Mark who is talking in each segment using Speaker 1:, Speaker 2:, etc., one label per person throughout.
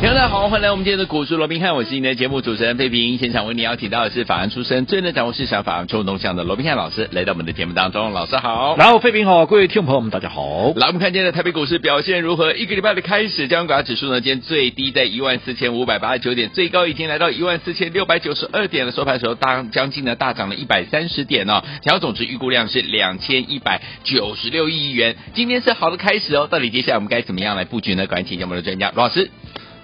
Speaker 1: 听众大家好，欢迎来我们今天的股市罗宾汉，我是你的节目主持人费平。现场为你邀请到的是法案出身、最能掌握市场法案冲动向的罗宾汉老师，来到我们的节目当中。老师好，
Speaker 2: 然后，费平好，各位听众朋友们，大家好。
Speaker 1: 来，我们看今天的台北股市表现如何？一个礼拜的开始，加权股价指数呢，今天最低在一万四千五百八十九点，最高已经来到一万四千六百九十二点了。收盘时候大将近呢大涨了一百三十点哦，调整总值预估量是两千一百九十六亿元。今天是好的开始哦，到底接下来我们该怎么样来布局呢？赶紧请教我们的专家罗老师。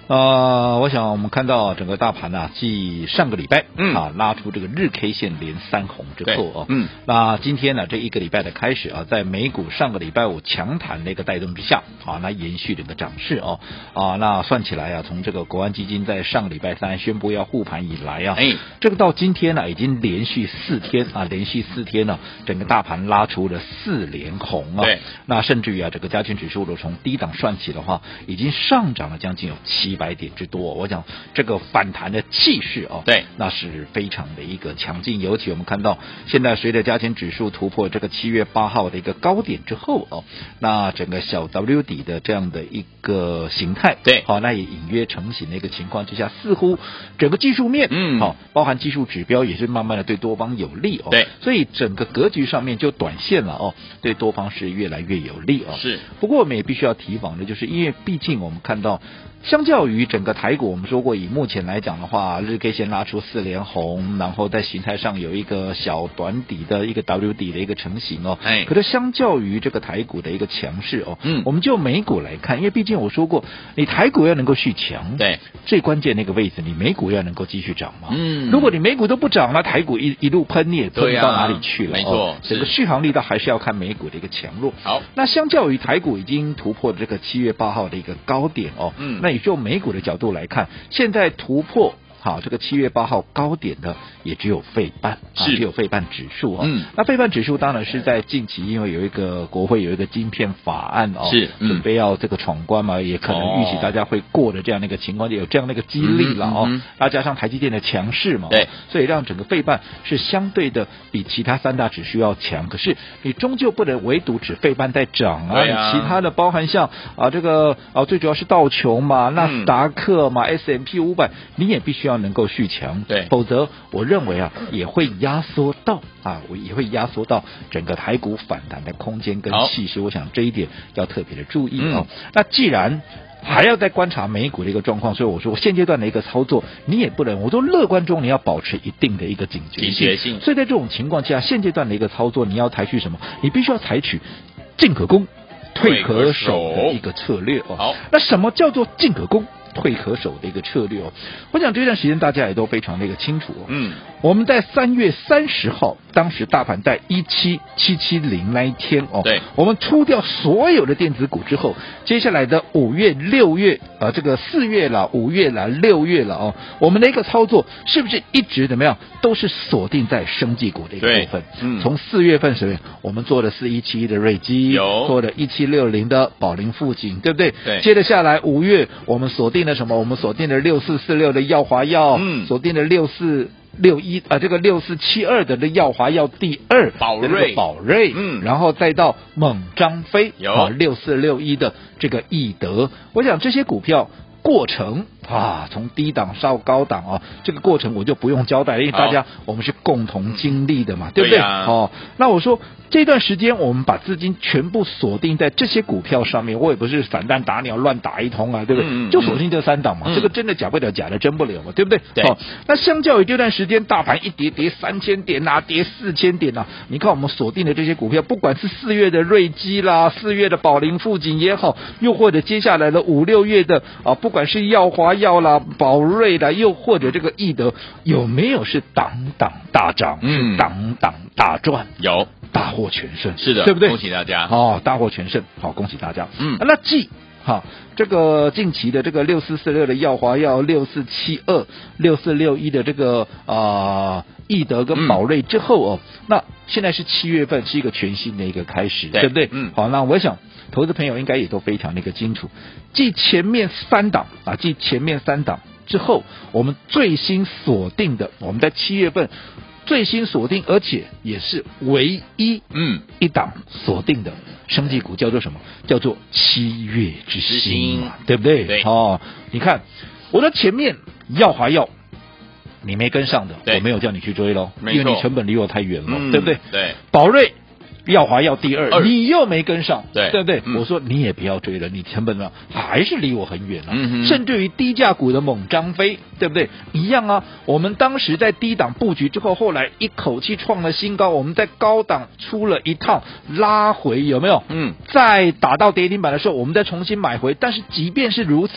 Speaker 2: 呃，我想我们看到整个大盘呢、继上个礼拜、
Speaker 1: 嗯
Speaker 2: 啊拉出这个日 K 线连三红之
Speaker 1: 对
Speaker 2: 后哦，
Speaker 1: 嗯，
Speaker 2: 那今天呢这一个礼拜的开始啊，在美股上个礼拜五强弹的一个带动之下啊，那延续整个涨势哦啊，那算起来啊，从这个国安基金在上个礼拜三宣布要护盘以来啊，
Speaker 1: 哎，
Speaker 2: 这个到今天呢、已经连续四天啊，连续四天呢、整个大盘拉出了四连红啊。
Speaker 1: 对。
Speaker 2: 那甚至于啊，整个加权指数呢，从低档算起的话，已经上涨了将近有七百点之多。我想这个反弹的气势啊，
Speaker 1: 对，
Speaker 2: 那是非常的一个强劲。尤其我们看到，现在随着加权指数突破这个七月八号的一个高点之后哦、那整个小 W 底的这样的一个形态，
Speaker 1: 对
Speaker 2: 好、那也隐约成型的一个情况之下，似乎整个技术面，
Speaker 1: 嗯
Speaker 2: 好、包含技术指标也是慢慢的对多方有利哦。
Speaker 1: 对，
Speaker 2: 所以整个格局上面就短线了哦，对多方是越来越有利哦。
Speaker 1: 是，
Speaker 2: 不过我们也必须要提防的，就是因为毕竟我们看到，相较于整个台股，我们说过，以目前来讲的话，日 K 线拉出四连红，然后在形态上有一个小短底的一个 W 底的一个成型哦。
Speaker 1: 哎
Speaker 2: 可是相较于这个台股的一个强势哦，
Speaker 1: 嗯
Speaker 2: 我们就美股来看，因为毕竟我说过，你台股要能够续强，，
Speaker 1: 对，
Speaker 2: 最关键那个位置，你美股要能够继续涨嘛。
Speaker 1: 嗯
Speaker 2: 啊如果你美股都不涨，那台股一一路喷，你也喷
Speaker 1: 对
Speaker 2: 不
Speaker 1: 啊
Speaker 2: 到哪里去了。
Speaker 1: 没错
Speaker 2: 哦整个
Speaker 1: 是
Speaker 2: 续航力倒还是要看美股的一个强弱。
Speaker 1: 好，
Speaker 2: 那相较于台股已经突破这个七月八号的一个高点哦，
Speaker 1: 嗯
Speaker 2: 那也就美股的角度来看，现在突破。好，这个七月八号高点的也只有费半，啊
Speaker 1: 是
Speaker 2: 只有费半指数哦。
Speaker 1: 嗯
Speaker 2: 那费半指数当然是在近期，因为有一个国会有一个晶片法案哦，
Speaker 1: 是嗯
Speaker 2: 准备要这个闯关嘛，也可能预期
Speaker 1: 哦
Speaker 2: 大家会过的这样的一个情况，就有这样的一个激励了哦。
Speaker 1: 嗯哼嗯哼
Speaker 2: 那加上台积电的强势嘛，哦
Speaker 1: 对，
Speaker 2: 所以让整个费半是相对的比其他三大指数要强。可是你终究不能唯独指费半在涨啊，
Speaker 1: 对啊
Speaker 2: 你其他的包含像啊这个啊最主要是道琼嘛、纳斯达克嘛、S M P 五百，你也必须要能够续强，
Speaker 1: 对
Speaker 2: 否则我认为啊也会压缩到啊，我也会压缩到整个台股反弹的空间跟
Speaker 1: 好嗯
Speaker 2: 气势。我想这一点要特别的注意哦。那既然还要再观察美股的一个状况，所以我说现阶段的一个操作，你也不能，我说乐观中你要保持一定的一个警觉
Speaker 1: 警
Speaker 2: 性。
Speaker 1: 觉性
Speaker 2: 所以在这种情况下，现阶段的一个操作，你要采取什么？你必须要采取进可攻、退可守的一个策略哦。
Speaker 1: 好，
Speaker 2: 那什么叫做进可攻、退可守的一个策略哦？我想这段时间大家也都非常的一个清楚哦。
Speaker 1: 嗯，
Speaker 2: 我们在三月三十号，当时大盘在一七七七零那一天哦，
Speaker 1: 对，
Speaker 2: 我们出掉所有的电子股之后，接下来的五月、六月，呃，这个四月了、五月了、六月了哦，我们的一个操作是不是一直怎么样，都是锁定在生技股的一个
Speaker 1: 对
Speaker 2: 部分？
Speaker 1: 嗯
Speaker 2: 从四月份时，我们做的四一七一的瑞基，
Speaker 1: 有
Speaker 2: 做的一七六零的宝林富锦，对不对？
Speaker 1: 对
Speaker 2: 接着下来五月，我们锁定了什么？我们锁定了六四四六的耀华药，
Speaker 1: 嗯
Speaker 2: 哦锁定了六四六一啊，这个六四七二的这耀华药第二的
Speaker 1: 宝
Speaker 2: 这个
Speaker 1: 瑞
Speaker 2: 宝瑞，
Speaker 1: 嗯
Speaker 2: 然后再到猛张飞，啊
Speaker 1: 有
Speaker 2: 六四六一的这个易德，我想这些股票。过程啊，从低档到高档啊，这个过程我就不用交代，因为大家我们是共同经历的嘛，对不对？
Speaker 1: 对呀
Speaker 2: 哦，那我说这段时间我们把资金全部锁定在这些股票上面，我也不是散弹打鸟乱打一通啊，对不对？
Speaker 1: 嗯嗯
Speaker 2: 就锁定这三档嘛，
Speaker 1: 嗯
Speaker 2: 这个真的假不了，假的真不了嘛，对不对？
Speaker 1: 对
Speaker 2: 哦，那相较于这段时间大盘一跌跌三千点啊，跌四千点啊，你看我们锁定的这些股票，不管是四月的瑞基啦，四月的宝林富锦也好，又或者接下来的五六月的啊，不管是耀华药啦、宝瑞啦，又或者这个易德，有没有是档档大涨，
Speaker 1: 嗯
Speaker 2: 是档档大赚，
Speaker 1: 有，
Speaker 2: 大获全胜？
Speaker 1: 是的，
Speaker 2: 对不对？
Speaker 1: 恭喜大家。
Speaker 2: 哦，大获全胜，好，恭喜大家。
Speaker 1: 嗯
Speaker 2: 啊那继哈、这个近期的这个六四四六的耀华药，六四七二、六四六一的这个啊、呃、易德
Speaker 1: 嗯
Speaker 2: 跟宝瑞之后哦，那现在是七月份，是一个全新的一个开始，
Speaker 1: 对
Speaker 2: 对不对？
Speaker 1: 嗯
Speaker 2: 好，那我想投资朋友应该也都非常的一个清楚，继前面三档啊，继前面三档之后，我们最新锁定的，我们在七月份最新锁定，而且也是唯一
Speaker 1: 嗯，
Speaker 2: 一档锁定的生技股叫做什么？叫做七月之
Speaker 1: 之星
Speaker 2: 星嘛，对不对？
Speaker 1: 对
Speaker 2: 哦，你看我的前面要还要，你没跟上的，
Speaker 1: 对
Speaker 2: 我没有叫你去追喽，
Speaker 1: 没
Speaker 2: 因为
Speaker 1: 错
Speaker 2: 你成本离我太远了，
Speaker 1: 嗯
Speaker 2: 对不对？
Speaker 1: 对，
Speaker 2: 宝瑞。耀华要第二，
Speaker 1: 二
Speaker 2: 你又没跟上，
Speaker 1: 对
Speaker 2: 对不对？
Speaker 1: 嗯
Speaker 2: 我说你也不要追了，你成本呢还是离我很远啊。
Speaker 1: 嗯哼
Speaker 2: 甚至于低价股的猛张飞，对不对？一样啊。我们当时在低档布局之后，后来一口气创了新高，我们在高档出了一趟拉回，有没有？
Speaker 1: 嗯，
Speaker 2: 在打到跌停板的时候，我们再重新买回。但是即便是如此，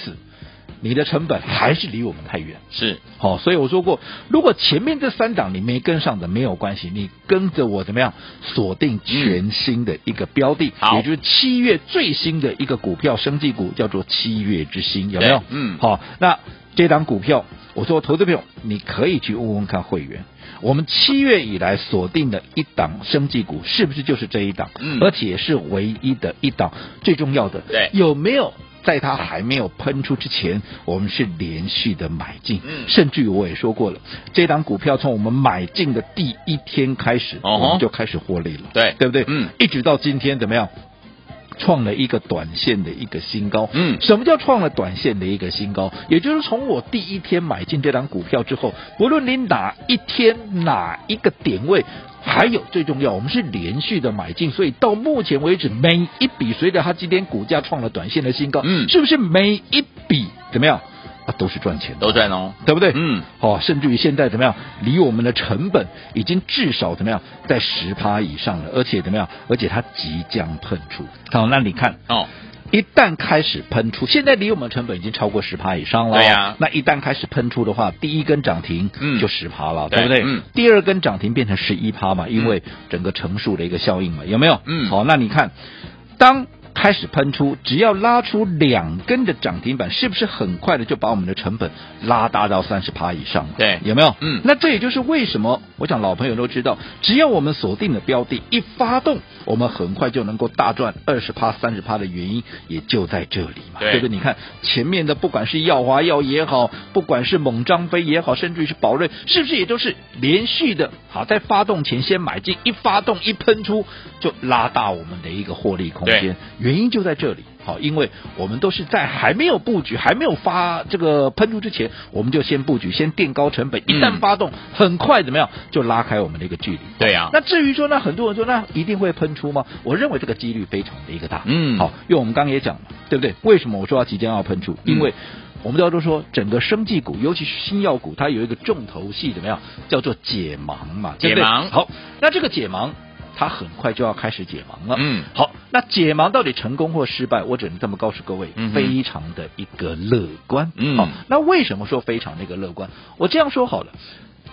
Speaker 2: 你的成本还是离我们太远。
Speaker 1: 是
Speaker 2: 好、所以我说过，如果前面这三档你没跟上的没有关系，你跟着我怎么样锁定全新的一个标的，
Speaker 1: 好
Speaker 2: 也就是七月最新的一个股票，生技股叫做七月之星，有没有
Speaker 1: 对？嗯
Speaker 2: 好、那这档股票，我说投资朋友，你可以去问问看会员，我们七月以来锁定的一档生技股，是不是就是这一档？
Speaker 1: 嗯
Speaker 2: 而且是唯一的一档，最重要的，
Speaker 1: 对
Speaker 2: 有没有？在它还没有喷出之前，我们是连续的买进，
Speaker 1: 嗯
Speaker 2: 甚至于我也说过了，这档股票从我们买进的第一天开始，
Speaker 1: 哦吼
Speaker 2: 我们就开始获利了，
Speaker 1: 对
Speaker 2: 对不对？
Speaker 1: 嗯，
Speaker 2: 一直到今天怎么样？创了一个短线的一个新高，
Speaker 1: 嗯
Speaker 2: 什么叫创了短线的一个新高？也就是从我第一天买进这档股票之后，不论你哪一天哪一个点位，还有最重要，我们是连续的买进，所以到目前为止，每一笔随着它今天股价创了短线的新高，
Speaker 1: 嗯
Speaker 2: 是不是每一笔怎么样啊都是赚钱的，
Speaker 1: 都赚哦。
Speaker 2: 对不对？
Speaker 1: 嗯，
Speaker 2: 哦，甚至于现在怎么样，离我们的成本已经至少怎么样在十趴以上了，而且怎么样，而且它即将喷出。好，那你看。
Speaker 1: 哦，
Speaker 2: 一旦开始喷出，现在离我们成本已经超过十趴以上了。
Speaker 1: 对呀
Speaker 2: 那一旦开始喷出的话，第一根涨停
Speaker 1: 嗯
Speaker 2: 就十趴了，
Speaker 1: 对
Speaker 2: 不对？
Speaker 1: 嗯
Speaker 2: 第二根涨停变成十一趴嘛，因为整个乘数的一个效应嘛，有没有？
Speaker 1: 嗯
Speaker 2: 好，那你看，当开始喷出，只要拉出两根的涨停板，是不是很快的就把我们的成本拉大到三十趴以上了？
Speaker 1: 对
Speaker 2: 有没有？
Speaker 1: 嗯
Speaker 2: 那这也就是为什么，我想老朋友都知道，只要我们锁定的标的一发动，我们很快就能够大赚二十趴、三十趴的原因也就在这里嘛，不
Speaker 1: 对
Speaker 2: 对？你看前面的不管是耀华药也好，不管是猛张飞也好，甚至于是宝瑞，是不是也都是连续的？好，在发动前先买进，一发动一喷出就拉大我们的一个获利空
Speaker 1: 对
Speaker 2: 间，原因就在这里。好，因为我们都是在还没有布局、还没有发这个喷出之前，我们就先布局，先垫高成本，一
Speaker 1: 嗯
Speaker 2: 旦发动，很快怎么样就拉开我们的一个距离。
Speaker 1: 对啊呀
Speaker 2: 那至于说，那很多人说，那一定会喷出吗？我认为这个几率非常的一个大。
Speaker 1: 嗯
Speaker 2: 好，因为我们刚刚也讲了，对不对？为什么我说要即将要喷出？
Speaker 1: 嗯
Speaker 2: 因为我们大家都说，整个生技股，尤其是新药股，它有一个重头戏，怎么样？叫做解盲嘛，对不对
Speaker 1: 解盲
Speaker 2: 好，那这个解盲。它很快就要开始解盲了。
Speaker 1: 嗯
Speaker 2: 好，那解盲到底成功或失败，我只能这么告诉各位，
Speaker 1: 嗯哼
Speaker 2: 非常的一个乐观。
Speaker 1: 嗯
Speaker 2: 好，那为什么说非常的一个乐观？我这样说好了，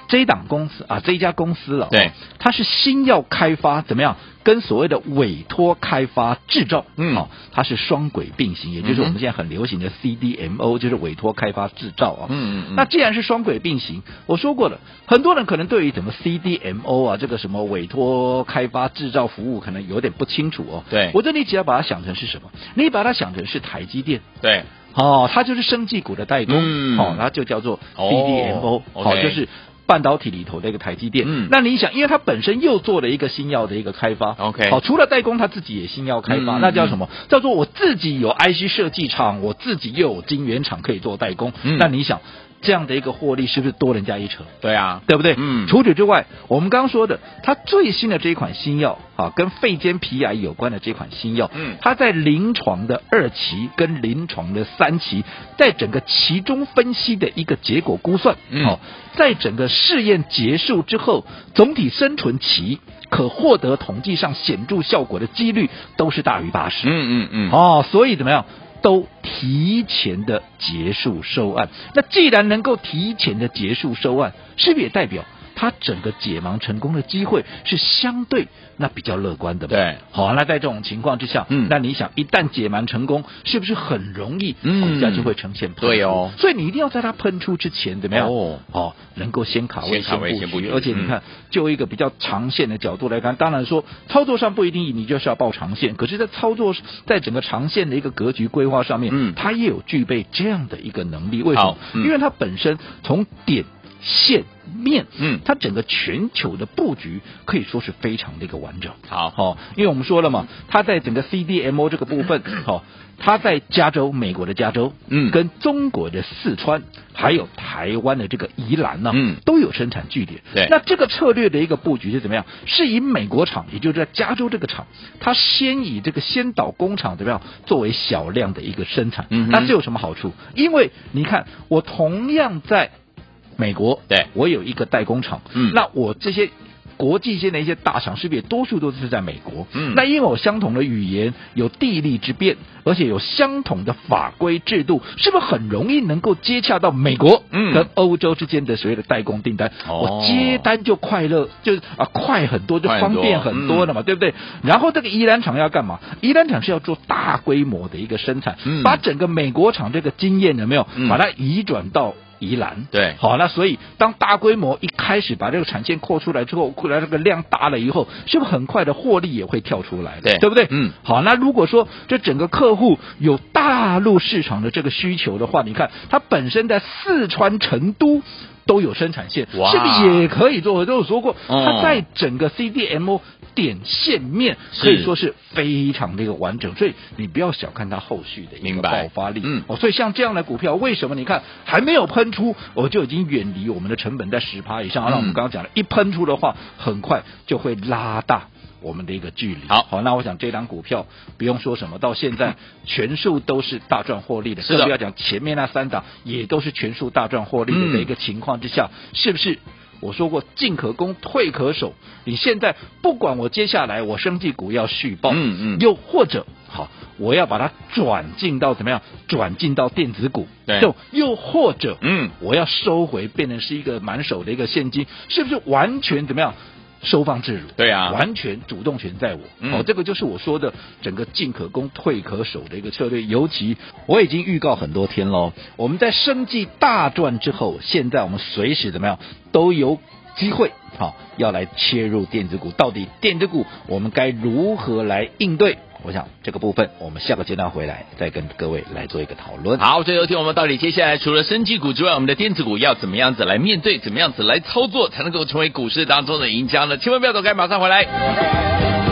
Speaker 2: 这一档公司啊，这一家公司了，
Speaker 1: 对，
Speaker 2: 它是新药开发怎么样？跟所谓的委托开发制造，
Speaker 1: 嗯
Speaker 2: 好、它是双轨并行，也就是我
Speaker 1: 嗯哼
Speaker 2: 们现在很流行的 CDMO，就是委托开发制造啊。
Speaker 1: 嗯嗯嗯
Speaker 2: 那既然是双轨并行，我说过了，很多人可能对于什么 CDMO 啊，这个什么委托开发制造服务，可能有点不清楚哦。
Speaker 1: 对
Speaker 2: 我这里只要把它想成是什么？你把它想成是台积电。
Speaker 1: 对，
Speaker 2: 哦，它就是生技股的代工，
Speaker 1: 嗯
Speaker 2: 哦，它就叫做
Speaker 1: 哦
Speaker 2: CDMO，好、
Speaker 1: OK
Speaker 2: 哦就是半导体里头的一个台积电。
Speaker 1: 嗯
Speaker 2: 那你想，因为它本身又做了一个新药的一个开发
Speaker 1: OK
Speaker 2: 好、除了代工，它自己也新药开发，
Speaker 1: 嗯
Speaker 2: 那叫什么？叫做我自己有 IC 设计厂，我自己又有晶圆厂可以做代工。
Speaker 1: 嗯
Speaker 2: 那你想，这样的一个获利是不是多人家一成？
Speaker 1: 对啊，
Speaker 2: 对不对？
Speaker 1: 嗯
Speaker 2: 除此之外，我们刚刚说的，它最新的这一款新药啊，跟肺间皮癌有关的这款新药，
Speaker 1: 嗯
Speaker 2: 它在临床的二期跟临床的三期，在整个其中分析的一个结果估算，
Speaker 1: 嗯
Speaker 2: 哦，在整个试验结束之后，总体生存期可获得统计上显著效果的几率都是大于八十、
Speaker 1: 嗯嗯嗯，
Speaker 2: 哦，所以怎么样？都提前的结束收案。那既然能够提前的结束收案，是不是也代表它整个解盲成功的机会是相对那比较乐观的嘛。
Speaker 1: 对，
Speaker 2: 好，那在这种情况之下，
Speaker 1: 嗯
Speaker 2: 那你想一旦解盲成功，是不是很容易
Speaker 1: 嗯
Speaker 2: 股价就会呈现喷出？
Speaker 1: 对哦
Speaker 2: 所以你一定要在它喷出之前怎么样？
Speaker 1: 哦
Speaker 2: 哦，能够先卡位
Speaker 1: 先卡位先布
Speaker 2: 布
Speaker 1: 局
Speaker 2: 局，
Speaker 1: 嗯
Speaker 2: 而且你看，就一个比较长线的角度来看，当然说操作上不一定你就是要报长线，可是，在操作在整个长线的一个格局规划上面，
Speaker 1: 嗯
Speaker 2: 它也有具备这样的一个能力。为什么
Speaker 1: 好？嗯
Speaker 2: 因为它本身从点。线面，
Speaker 1: 嗯
Speaker 2: 它整个全球的布局可以说是非常的一个完整。
Speaker 1: 好
Speaker 2: 哦，因为我们说了嘛，它在整个 CDMO 这个部分，哦，它在加州，美国的加州，
Speaker 1: 嗯
Speaker 2: 跟中国的四川，还有台湾的这个宜兰呢、
Speaker 1: 嗯
Speaker 2: 都有生产据点。
Speaker 1: 对
Speaker 2: 那这个策略的一个布局是怎么样？是以美国厂，也就是在加州这个厂，它先以这个先导工厂怎么样作为小量的一个生产，
Speaker 1: 嗯哼
Speaker 2: 那这有什么好处？因为你看，我同样在美国，
Speaker 1: 对
Speaker 2: 我有一个代工厂，
Speaker 1: 嗯
Speaker 2: 那我这些。国际间的一些大厂，是不是也多数都是在美国？
Speaker 1: 嗯
Speaker 2: 那因为我相同的语言，有地利之便，而且有相同的法规制度，是不是很容易能够接洽到美国
Speaker 1: 嗯
Speaker 2: 跟欧洲之间的所谓的代工订单？
Speaker 1: 哦
Speaker 2: 我接单就快乐，就是啊快很多，就
Speaker 1: 快
Speaker 2: 方
Speaker 1: 很多
Speaker 2: 便很多
Speaker 1: 嗯
Speaker 2: 了嘛，对不对？然后这个宜兰厂要干嘛？宜兰厂是要做大规模的一个生产，
Speaker 1: 嗯
Speaker 2: 把整个美国厂这个经验有没有
Speaker 1: 嗯，
Speaker 2: 把它移转到宜兰？
Speaker 1: 对
Speaker 2: 好，那所以当大规模一开始把这个产线扩出来之后，扩来这个量大了以后，是不是很快的获利也会跳出来了？
Speaker 1: 对
Speaker 2: 对不对？
Speaker 1: 嗯。
Speaker 2: 好，那如果说这整个客户有大陆市场的这个需求的话，你看它本身在四川成都。都有生产线，是不
Speaker 1: 哇
Speaker 2: 是也可以做？我都有说过，
Speaker 1: 哦
Speaker 2: 它在整个 CDMO 点线面
Speaker 1: 是
Speaker 2: 可以说是非常的一个完整，所以你不要小看它后续的一
Speaker 1: 明
Speaker 2: 个
Speaker 1: 白
Speaker 2: 爆发力。
Speaker 1: 嗯
Speaker 2: 哦，所以像这样的股票，为什么你看还没有喷出，我就已经远离我们的成本在十趴以上？那、我
Speaker 1: 嗯
Speaker 2: 们刚刚讲了，一喷出的话，很快就会拉大。我们的一个距离，
Speaker 1: 好
Speaker 2: 好，那我想这档股票不用说什么，到现 在全数都是大赚获利的，
Speaker 1: 是的
Speaker 2: 更不要讲前面那三档也都是全数大赚获利的
Speaker 1: 嗯
Speaker 2: 一个情况之下，是不是？我说过，进可攻，退可守。你现在不管我接下来我生技股要续报，
Speaker 1: 嗯嗯
Speaker 2: 又或者好，我要把它转进到怎么样？转进到电子股，
Speaker 1: 对
Speaker 2: 就又或者，
Speaker 1: 嗯
Speaker 2: 我要收回，变成是一个满手的一个现金，是不是完全怎么样？收放自如，
Speaker 1: 对啊
Speaker 2: 完全主动权在我。
Speaker 1: 嗯
Speaker 2: 哦，这个就是我说的整个进可攻、退可守的一个策略。尤其我已经预告很多天喽，我们在生计大赚之后，现在我们随时怎么样都有机会，好、要来切入电子股。到底电子股我们该如何来应对？我想这个部分我们下个阶段回来再跟各位来做一个讨论。
Speaker 1: 好，最后听我们到底接下来除了生技股之外，我们的电子股要怎么样子来面对，怎么样子来操作，才能够成为股市当中的赢家呢？千万不要走开，马上回来。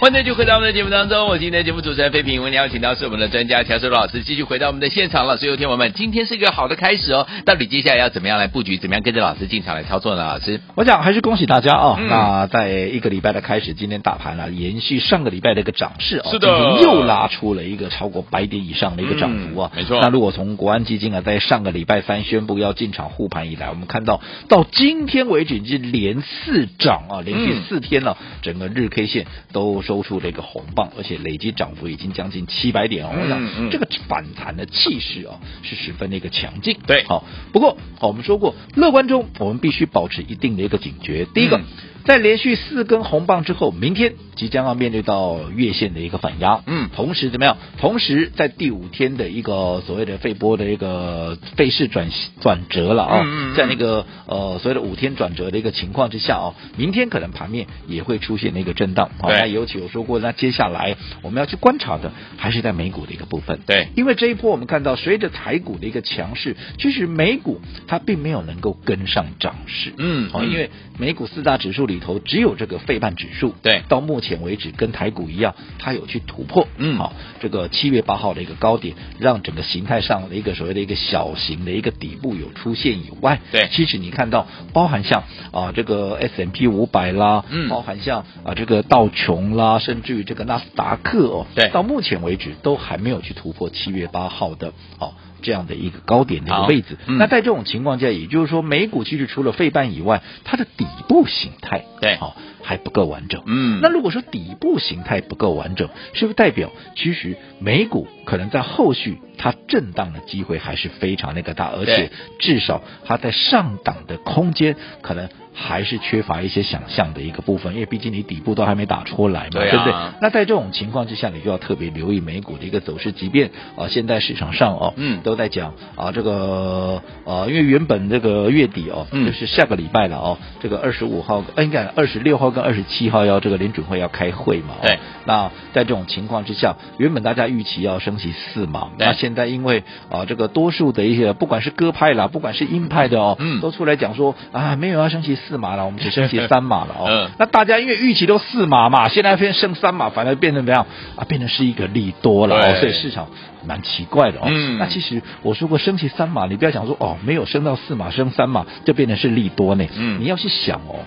Speaker 1: 欢迎继续回到我们的节目当中，我是今天的节目主持人费平，为您邀请到是我们的专家乔叔老师，继续回到我们的现场了。所以，听我们，今天是一个好的开始哦。到底接下来要怎么样来布局，怎么样跟着老师进场来操作呢？老师，
Speaker 2: 我想还是恭喜大家啊、
Speaker 1: 嗯
Speaker 2: 那在一个礼拜的开始，今天大盘啊延续上个礼拜的一个涨势啊，
Speaker 1: 是的
Speaker 2: 今天又拉出了一个超过百点以上的一个涨幅啊。
Speaker 1: 嗯没错
Speaker 2: 那如果从国安基金啊在上个礼拜三宣布要进场护盘以来，我们看到到今天为止已经连四涨啊，连续
Speaker 1: 嗯
Speaker 2: 四天了、整个日 K 线都收出了一个红棒，而且累计涨幅已经将近七百点哦。我
Speaker 1: 嗯嗯
Speaker 2: 想这个反弹的气势啊是十分的一个强劲。
Speaker 1: 对
Speaker 2: 哦好、不过、好我们说过，乐观中我们必须保持一定的一个警觉。第一个，
Speaker 1: 嗯
Speaker 2: 在连续四根红棒之后，明天即将要面对到月线的一个反压。
Speaker 1: 嗯
Speaker 2: 同时怎么样？同时在第五天的一个所谓的费波的一个费市转转折了啊、
Speaker 1: 嗯嗯嗯
Speaker 2: 在那个呃所谓的五天转折的一个情况之下哦，明天可能盘面也会出现的一个震荡。好
Speaker 1: 对
Speaker 2: 那尤其有说过，那接下来我们要去观察的还是在美股的一个部分。
Speaker 1: 对
Speaker 2: 因为这一波我们看到，随着台股的一个强势，其实美股它并没有能够跟上涨势。
Speaker 1: 嗯
Speaker 2: 好、
Speaker 1: 嗯
Speaker 2: 因为美股四大指数里头，只有这个费半指数，
Speaker 1: 对
Speaker 2: 到目前为止跟台股一样，它有去突破。
Speaker 1: 嗯
Speaker 2: 好、这个七月八号的一个高点，让整个形态上的一个所谓的一个小型的一个底部有出现以外，
Speaker 1: 对
Speaker 2: 其实你看到包含像啊这个 S M P 五百啦，
Speaker 1: 嗯
Speaker 2: 包含像啊这个道琼啦，甚至于这个纳斯达克哦，
Speaker 1: 对
Speaker 2: 到目前为止都还没有去突破七月八号的哦。这样的一个高点的一
Speaker 1: 好
Speaker 2: 个位置，
Speaker 1: 嗯
Speaker 2: 那在这种情况下，也就是说，美股其实除了费半以外，它的底部形态
Speaker 1: 对
Speaker 2: 哦还不够完整。
Speaker 1: 嗯，
Speaker 2: 那如果说底部形态不够完整，是不是代表其实美股可能在后续它震荡的机会还是非常那个大，而且至少它在上档的空间可能还是缺乏一些想象的一个部分，因为毕竟你底部都还没打出来嘛，
Speaker 1: 对啊
Speaker 2: 不对？那在这种情况之下，你就要特别留意美股的一个走势，即便啊、呃现在市场上哦，
Speaker 1: 嗯
Speaker 2: 都在讲啊、这个呃，因为原本这个月底哦，
Speaker 1: 嗯
Speaker 2: 就是。是下个礼拜了哦，这个二十五号，呃应该二十六号跟二十七号要这个联准会要开会嘛、哦。
Speaker 1: 对。
Speaker 2: 那在这种情况之下，原本大家预期要升息四嘛，
Speaker 1: 对
Speaker 2: 那现在因为啊、这个多数的一些不管是鸽派啦，不管是鹰派的哦，
Speaker 1: 嗯
Speaker 2: 都出来讲说啊没有要升息四码了，我们只升 息三码了哦。
Speaker 1: 嗯
Speaker 2: 那大家因为预期都四码嘛，现在变升三码，反而变成怎么样啊？变成是一个利多了哦
Speaker 1: 对，
Speaker 2: 所以市场蛮奇怪的哦。
Speaker 1: 嗯
Speaker 2: 那其其实我说过升息三码，你不要想说哦，没有升到四码，升三码就变成是利多呢。
Speaker 1: 嗯
Speaker 2: 你要去想哦，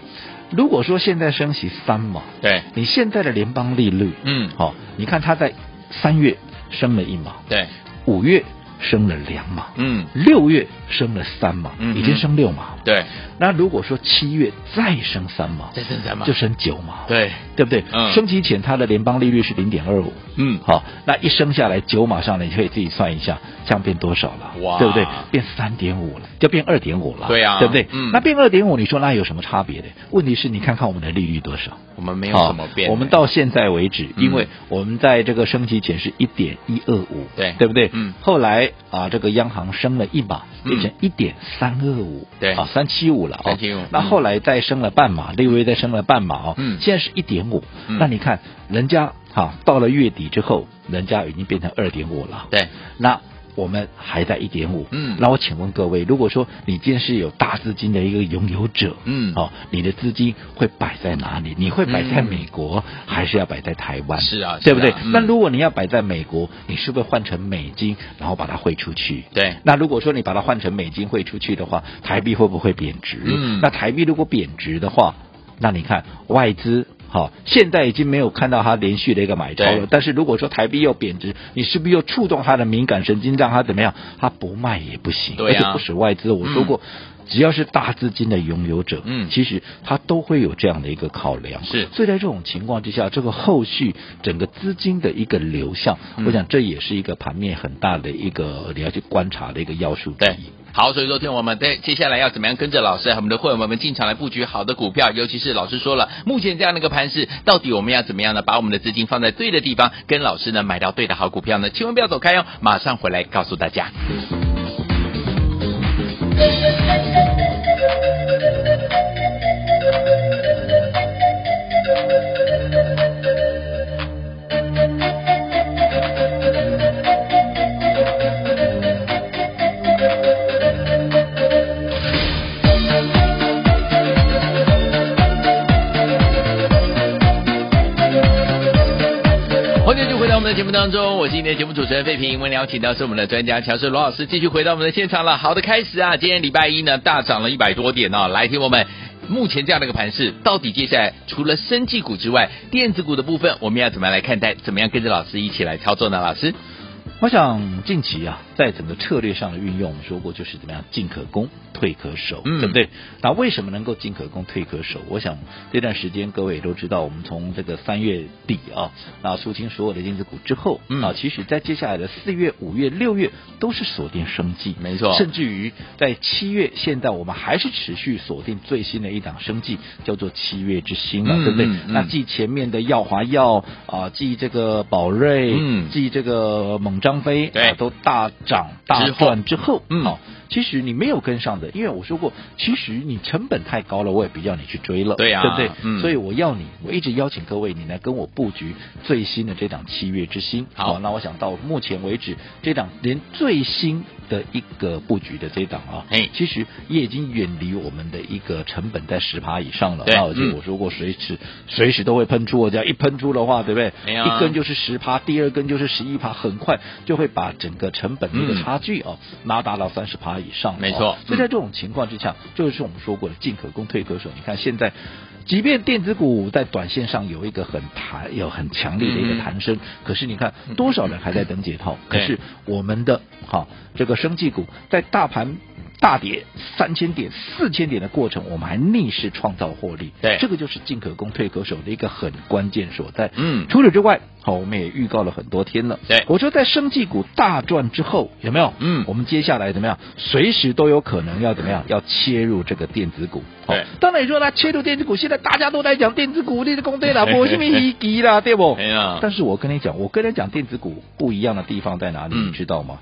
Speaker 2: 如果说现在升息三码，
Speaker 1: 对，
Speaker 2: 你现在的联邦利率，
Speaker 1: 嗯，
Speaker 2: 好、你看它在三月升了一码，
Speaker 1: 对，
Speaker 2: 五月升了两码，
Speaker 1: 嗯，
Speaker 2: 六月升了三码，
Speaker 1: 嗯哼
Speaker 2: 已经升六码了。
Speaker 1: 对，
Speaker 2: 那如果说七月再升三码，
Speaker 1: 再升三码
Speaker 2: 就升九码，
Speaker 1: 对，
Speaker 2: 对不对？
Speaker 1: 嗯
Speaker 2: 升息前它的联邦利率是零点二五，
Speaker 1: 嗯，
Speaker 2: 好，那一升下来九马上呢，你可以自己算一下，这样变多少了？
Speaker 1: 哇
Speaker 2: 对不对？变三点五了，就变二点五了，
Speaker 1: 对啊
Speaker 2: 对不对？
Speaker 1: 嗯
Speaker 2: 那变二点五，你说那有什么差别的？问题是你看看我们的利率多少？
Speaker 1: 我们没有
Speaker 2: 好，
Speaker 1: 什么变，
Speaker 2: 我们到现在为止，
Speaker 1: 嗯
Speaker 2: 因为我们在这个升级前是一点一二五，
Speaker 1: 对
Speaker 2: 对不对？
Speaker 1: 嗯
Speaker 2: 后来啊，这个央行升了一码，
Speaker 1: 嗯
Speaker 2: 变成一点三二五，
Speaker 1: 对
Speaker 2: 啊，三七五了哦，
Speaker 1: 375
Speaker 2: 那后来再升了半码，六月再升了半码哦，
Speaker 1: 嗯
Speaker 2: 现在是一点五
Speaker 1: 嗯，
Speaker 2: 那你看人家哈，到了月底之后，人家已经变成二点五了，
Speaker 1: 对，
Speaker 2: 那我们还在一点五，
Speaker 1: 嗯
Speaker 2: 那我请问各位，如果说你今天是有大资金的一个拥有者，
Speaker 1: 嗯
Speaker 2: 哦，你的资金会摆在哪里？你会摆在
Speaker 1: 嗯
Speaker 2: 美国，还是要摆在台湾？
Speaker 1: 是啊是啊
Speaker 2: 对不对
Speaker 1: 嗯？
Speaker 2: 那如果你要摆在美国，你是不是换成美金，然后把它汇出去？
Speaker 1: 对，
Speaker 2: 那如果说你把它换成美金汇出去的话，台币会不会贬值？
Speaker 1: 嗯
Speaker 2: 那台币如果贬值的话，那你看外资。好，现在已经没有看到它连续的一个买超
Speaker 1: 对
Speaker 2: 了。但是如果说台币又贬值，你是不是又触动它的敏感神经，让它怎么样？它不卖也不行，
Speaker 1: 对啊
Speaker 2: 而且不止外资，我说过，只要是大资金的拥有者，
Speaker 1: 嗯
Speaker 2: 其实他都会有这样的一个考量。
Speaker 1: 是
Speaker 2: 所以在这种情况之下，这个后续整个资金的一个流向，
Speaker 1: 嗯
Speaker 2: 我想这也是一个盘面很大的一个你要去观察的一个要素之
Speaker 1: 对
Speaker 2: 一。。
Speaker 1: 好，所以说，听我们在接下来要怎么样跟着老师和我们的会员们进场来布局好的股票，尤其是老师说了，目前这样的一个盘势，到底我们要怎么样呢？把我们的资金放在对的地方，跟老师呢买到对的好股票呢？千万不要走开哦，马上回来告诉大家。欢迎继续回到我们的节目当中，我是今天的节目主持人费平。我们邀请到是我们的专家乔治罗老师，继续回到我们的现场了。好的，开始啊！今天礼拜一呢，大涨了一百多点哦。来，听我们，目前这样的一个盘势，到底接下来除了生技股之外，电子股的部分，我们要怎么样来看待？怎么样跟着老师一起来操作呢？老师，
Speaker 2: 我想近期啊，在整个策略上的运用，我们说过就是怎么样进可攻，退可守，
Speaker 1: 嗯
Speaker 2: 对不对？那为什么能够进可攻，退可守？我想这段时间各位也都知道，我们从这个三月底啊，那肃清所有的电子股之后，
Speaker 1: 嗯
Speaker 2: 啊，其实在接下来的四月、五月、六月都是锁定生计，
Speaker 1: 没错
Speaker 2: 甚至于在七月，现在我们还是持续锁定最新的一档生计，叫做七月之星嘛，
Speaker 1: 嗯
Speaker 2: 对不对？
Speaker 1: 嗯嗯
Speaker 2: 那继前面的耀华药啊，继这个宝瑞，
Speaker 1: 嗯
Speaker 2: 继这个猛张飞，
Speaker 1: 对
Speaker 2: 啊都大涨大
Speaker 1: 之后
Speaker 2: 赚之后，
Speaker 1: 嗯
Speaker 2: 哦其实你没有跟上的，因为我说过，其实你成本太高了，我也不要你去追了，
Speaker 1: 对啊
Speaker 2: 对不对？
Speaker 1: 嗯
Speaker 2: 所以我要你，我一直邀请各位，你来跟我布局最新的这档七月之星。
Speaker 1: 好
Speaker 2: 哦那我想到目前为止，这档连最新的一个布局的这档啊，
Speaker 1: 嘿
Speaker 2: 其实也已经远离我们的一个成本在十趴以上了。
Speaker 1: 对
Speaker 2: 那而且
Speaker 1: 嗯
Speaker 2: 我说过，随时随时都会喷出，我哦只要一喷出的话，对不对？
Speaker 1: 哎呀
Speaker 2: 一根就是十趴，第二根就是十一趴，很快就会把整个成本的一个差距哦、拉大到三十趴以上了哦。
Speaker 1: 嗯没错
Speaker 2: 所以在这种情况之下，就是我们说过的进可攻退可守。你看现在。即便电子股在短线上有一个很弹，有很强烈的一个
Speaker 1: 嗯
Speaker 2: 弹升，可是你看多少人还在等解套？可
Speaker 1: 对
Speaker 2: 是我们的好这个生技股在大盘大跌三千点、四千点的过程，我们还逆势创造获利。
Speaker 1: 对
Speaker 2: 这个就是进可攻、退可守的一个很关键所在。
Speaker 1: 嗯
Speaker 2: 除此之外，好，我们也预告了很多天了。
Speaker 1: 对
Speaker 2: 我说在生技股大赚之后，有没有？
Speaker 1: 嗯
Speaker 2: 我们接下来怎么样？随时都有可能要怎么样？要切入这个电子股。好
Speaker 1: 对
Speaker 2: 当然你说呢，切入电子股，现在大家都在讲电子股，电子工对啦，没什么疑义啦，对 不？
Speaker 1: 哎呀，
Speaker 2: 但是我跟你讲，我跟人讲电子股不一样的地方在哪里，
Speaker 1: 嗯
Speaker 2: 你知道吗？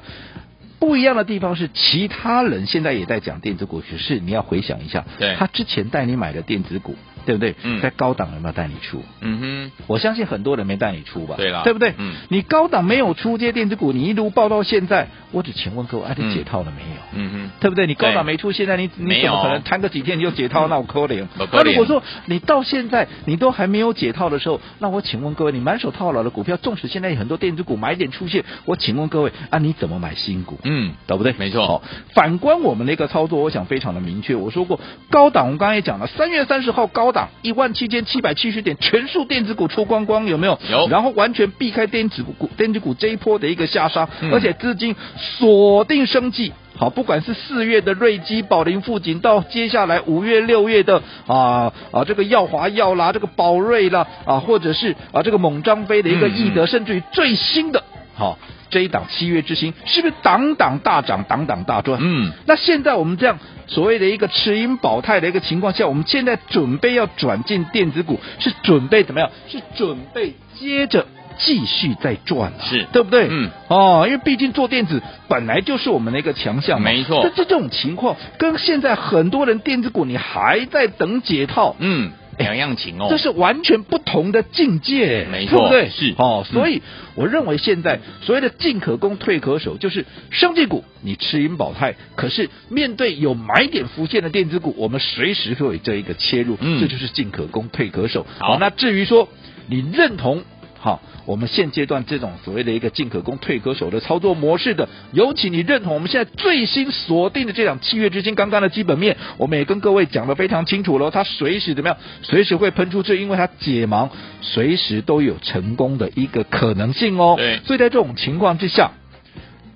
Speaker 2: 不一样的地方是，其他人现在也在讲电子股，可是你要回想一下，
Speaker 1: 对
Speaker 2: 他之前带你买的电子股，对不对？
Speaker 1: 嗯
Speaker 2: 在高档有没有带你出？
Speaker 1: 嗯
Speaker 2: 我相信很多人没带你出吧？
Speaker 1: 对啦
Speaker 2: 对不对？
Speaker 1: 嗯
Speaker 2: 你高档没有出这些电子股，你一路报到现在，我只请问各位，啊，
Speaker 1: 嗯
Speaker 2: 你解套了没有？
Speaker 1: 哼，嗯
Speaker 2: 对不对？你高
Speaker 1: 对
Speaker 2: 档没出，现在你
Speaker 1: 没
Speaker 2: 你
Speaker 1: 有
Speaker 2: 怎么可能摊个几天你就解套？那我扣零
Speaker 1: 不。可
Speaker 2: 那
Speaker 1: 能
Speaker 2: 如果说你到现在你都还没有解套的时候，那我请问各位，你满手套牢的股票，纵使现在有很多电子股买点出现，我请问各位啊，你怎么买新股？
Speaker 1: 哼，嗯，
Speaker 2: 对不对？
Speaker 1: 没错
Speaker 2: 好，反观我们的一个操作，我想非常的明确。我说过，高档我们刚才也讲了，三月三十号高档一万七千七百七十点，全数电子股出光光，有没有？
Speaker 1: 有
Speaker 2: 然后完全避开电子股电子股这一波的一个下杀，
Speaker 1: 嗯
Speaker 2: 而且资金锁定生计。好，不管是四月的瑞基、宝林、富锦，到接下来五月、六月的啊啊这个耀华药啦，这个宝瑞啦啊，或者是啊这个猛张飞的一个
Speaker 1: 嗯
Speaker 2: 易德，甚至于最新的好、这一档七月之星，是不是档档大涨，档档大赚？
Speaker 1: 嗯，
Speaker 2: 那现在我们这样所谓的一个持盈保泰的一个情况下，我们现在准备要转进电子股，是准备怎么样？是准备接着继续再赚、啊，
Speaker 1: 是
Speaker 2: 对不对？
Speaker 1: 嗯，
Speaker 2: 哦，因为毕竟做电子本来就是我们的一个强项嘛，
Speaker 1: 没错
Speaker 2: 那这这种情况跟现在很多人电子股你还在等解套，
Speaker 1: 嗯，两样情哦，
Speaker 2: 哎这是完全不同的境界，
Speaker 1: 没
Speaker 2: 对不
Speaker 1: 错
Speaker 2: 对？
Speaker 1: 是
Speaker 2: 哦，
Speaker 1: 嗯
Speaker 2: 所以我认为现在所谓的进可攻退可守，就是生技股你吃盈保泰，可是面对有买点浮现的电子股，我们随时会有这一个切入，
Speaker 1: 嗯
Speaker 2: 这就是进可攻退可守。
Speaker 1: 好
Speaker 2: 那至于说你认同。好，我们现阶段这种所谓的一个进可攻退可守的操作模式的，尤其你认同我们现在最新锁定的这档七月之星刚刚的基本面，我们也跟各位讲的非常清楚了，它随时怎么样，随时会喷出去，因为它解盲随时都有成功的一个可能性哦。
Speaker 1: 对
Speaker 2: 所以在这种情况之下，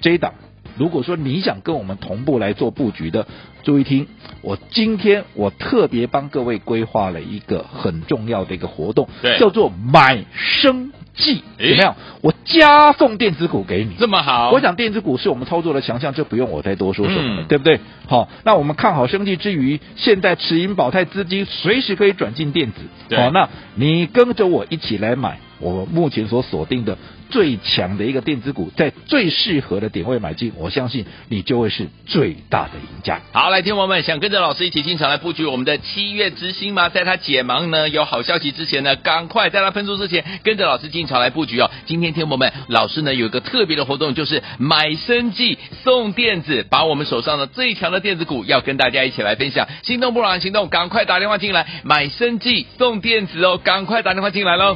Speaker 2: 这一档，如果说你想跟我们同步来做布局的，注意听，我今天我特别帮各位规划了一个很重要的一个活动
Speaker 1: 对，
Speaker 2: 叫做买生计，
Speaker 1: 诶
Speaker 2: 怎么样？我加送电子股给你。
Speaker 1: 这么好，
Speaker 2: 我想电子股是我们操作的强项，这不用我再多说什么了，
Speaker 1: 嗯
Speaker 2: 对不对？好，那我们看好生计之余，现在持盈保泰资金随时可以转进电子。
Speaker 1: 对
Speaker 2: 好，那你跟着我一起来买我目前所锁定的最强的一个电子股，在最适合的点位买进，我相信你就会是最大的赢家。
Speaker 1: 好，来，听众朋友们，想跟着老师一起进场来布局我们的七月之星吗？在他解盲呢有好消息之前呢，赶快在他喷出之前，跟着老师进场来布局哦。今天听众朋友们，老师呢有一个特别的活动，就是买生计送电子，把我们手上的最强的电子股要跟大家一起来分享。心动不如行动，赶快打电话进来，买生计送电子哦，赶快打电话进来喽。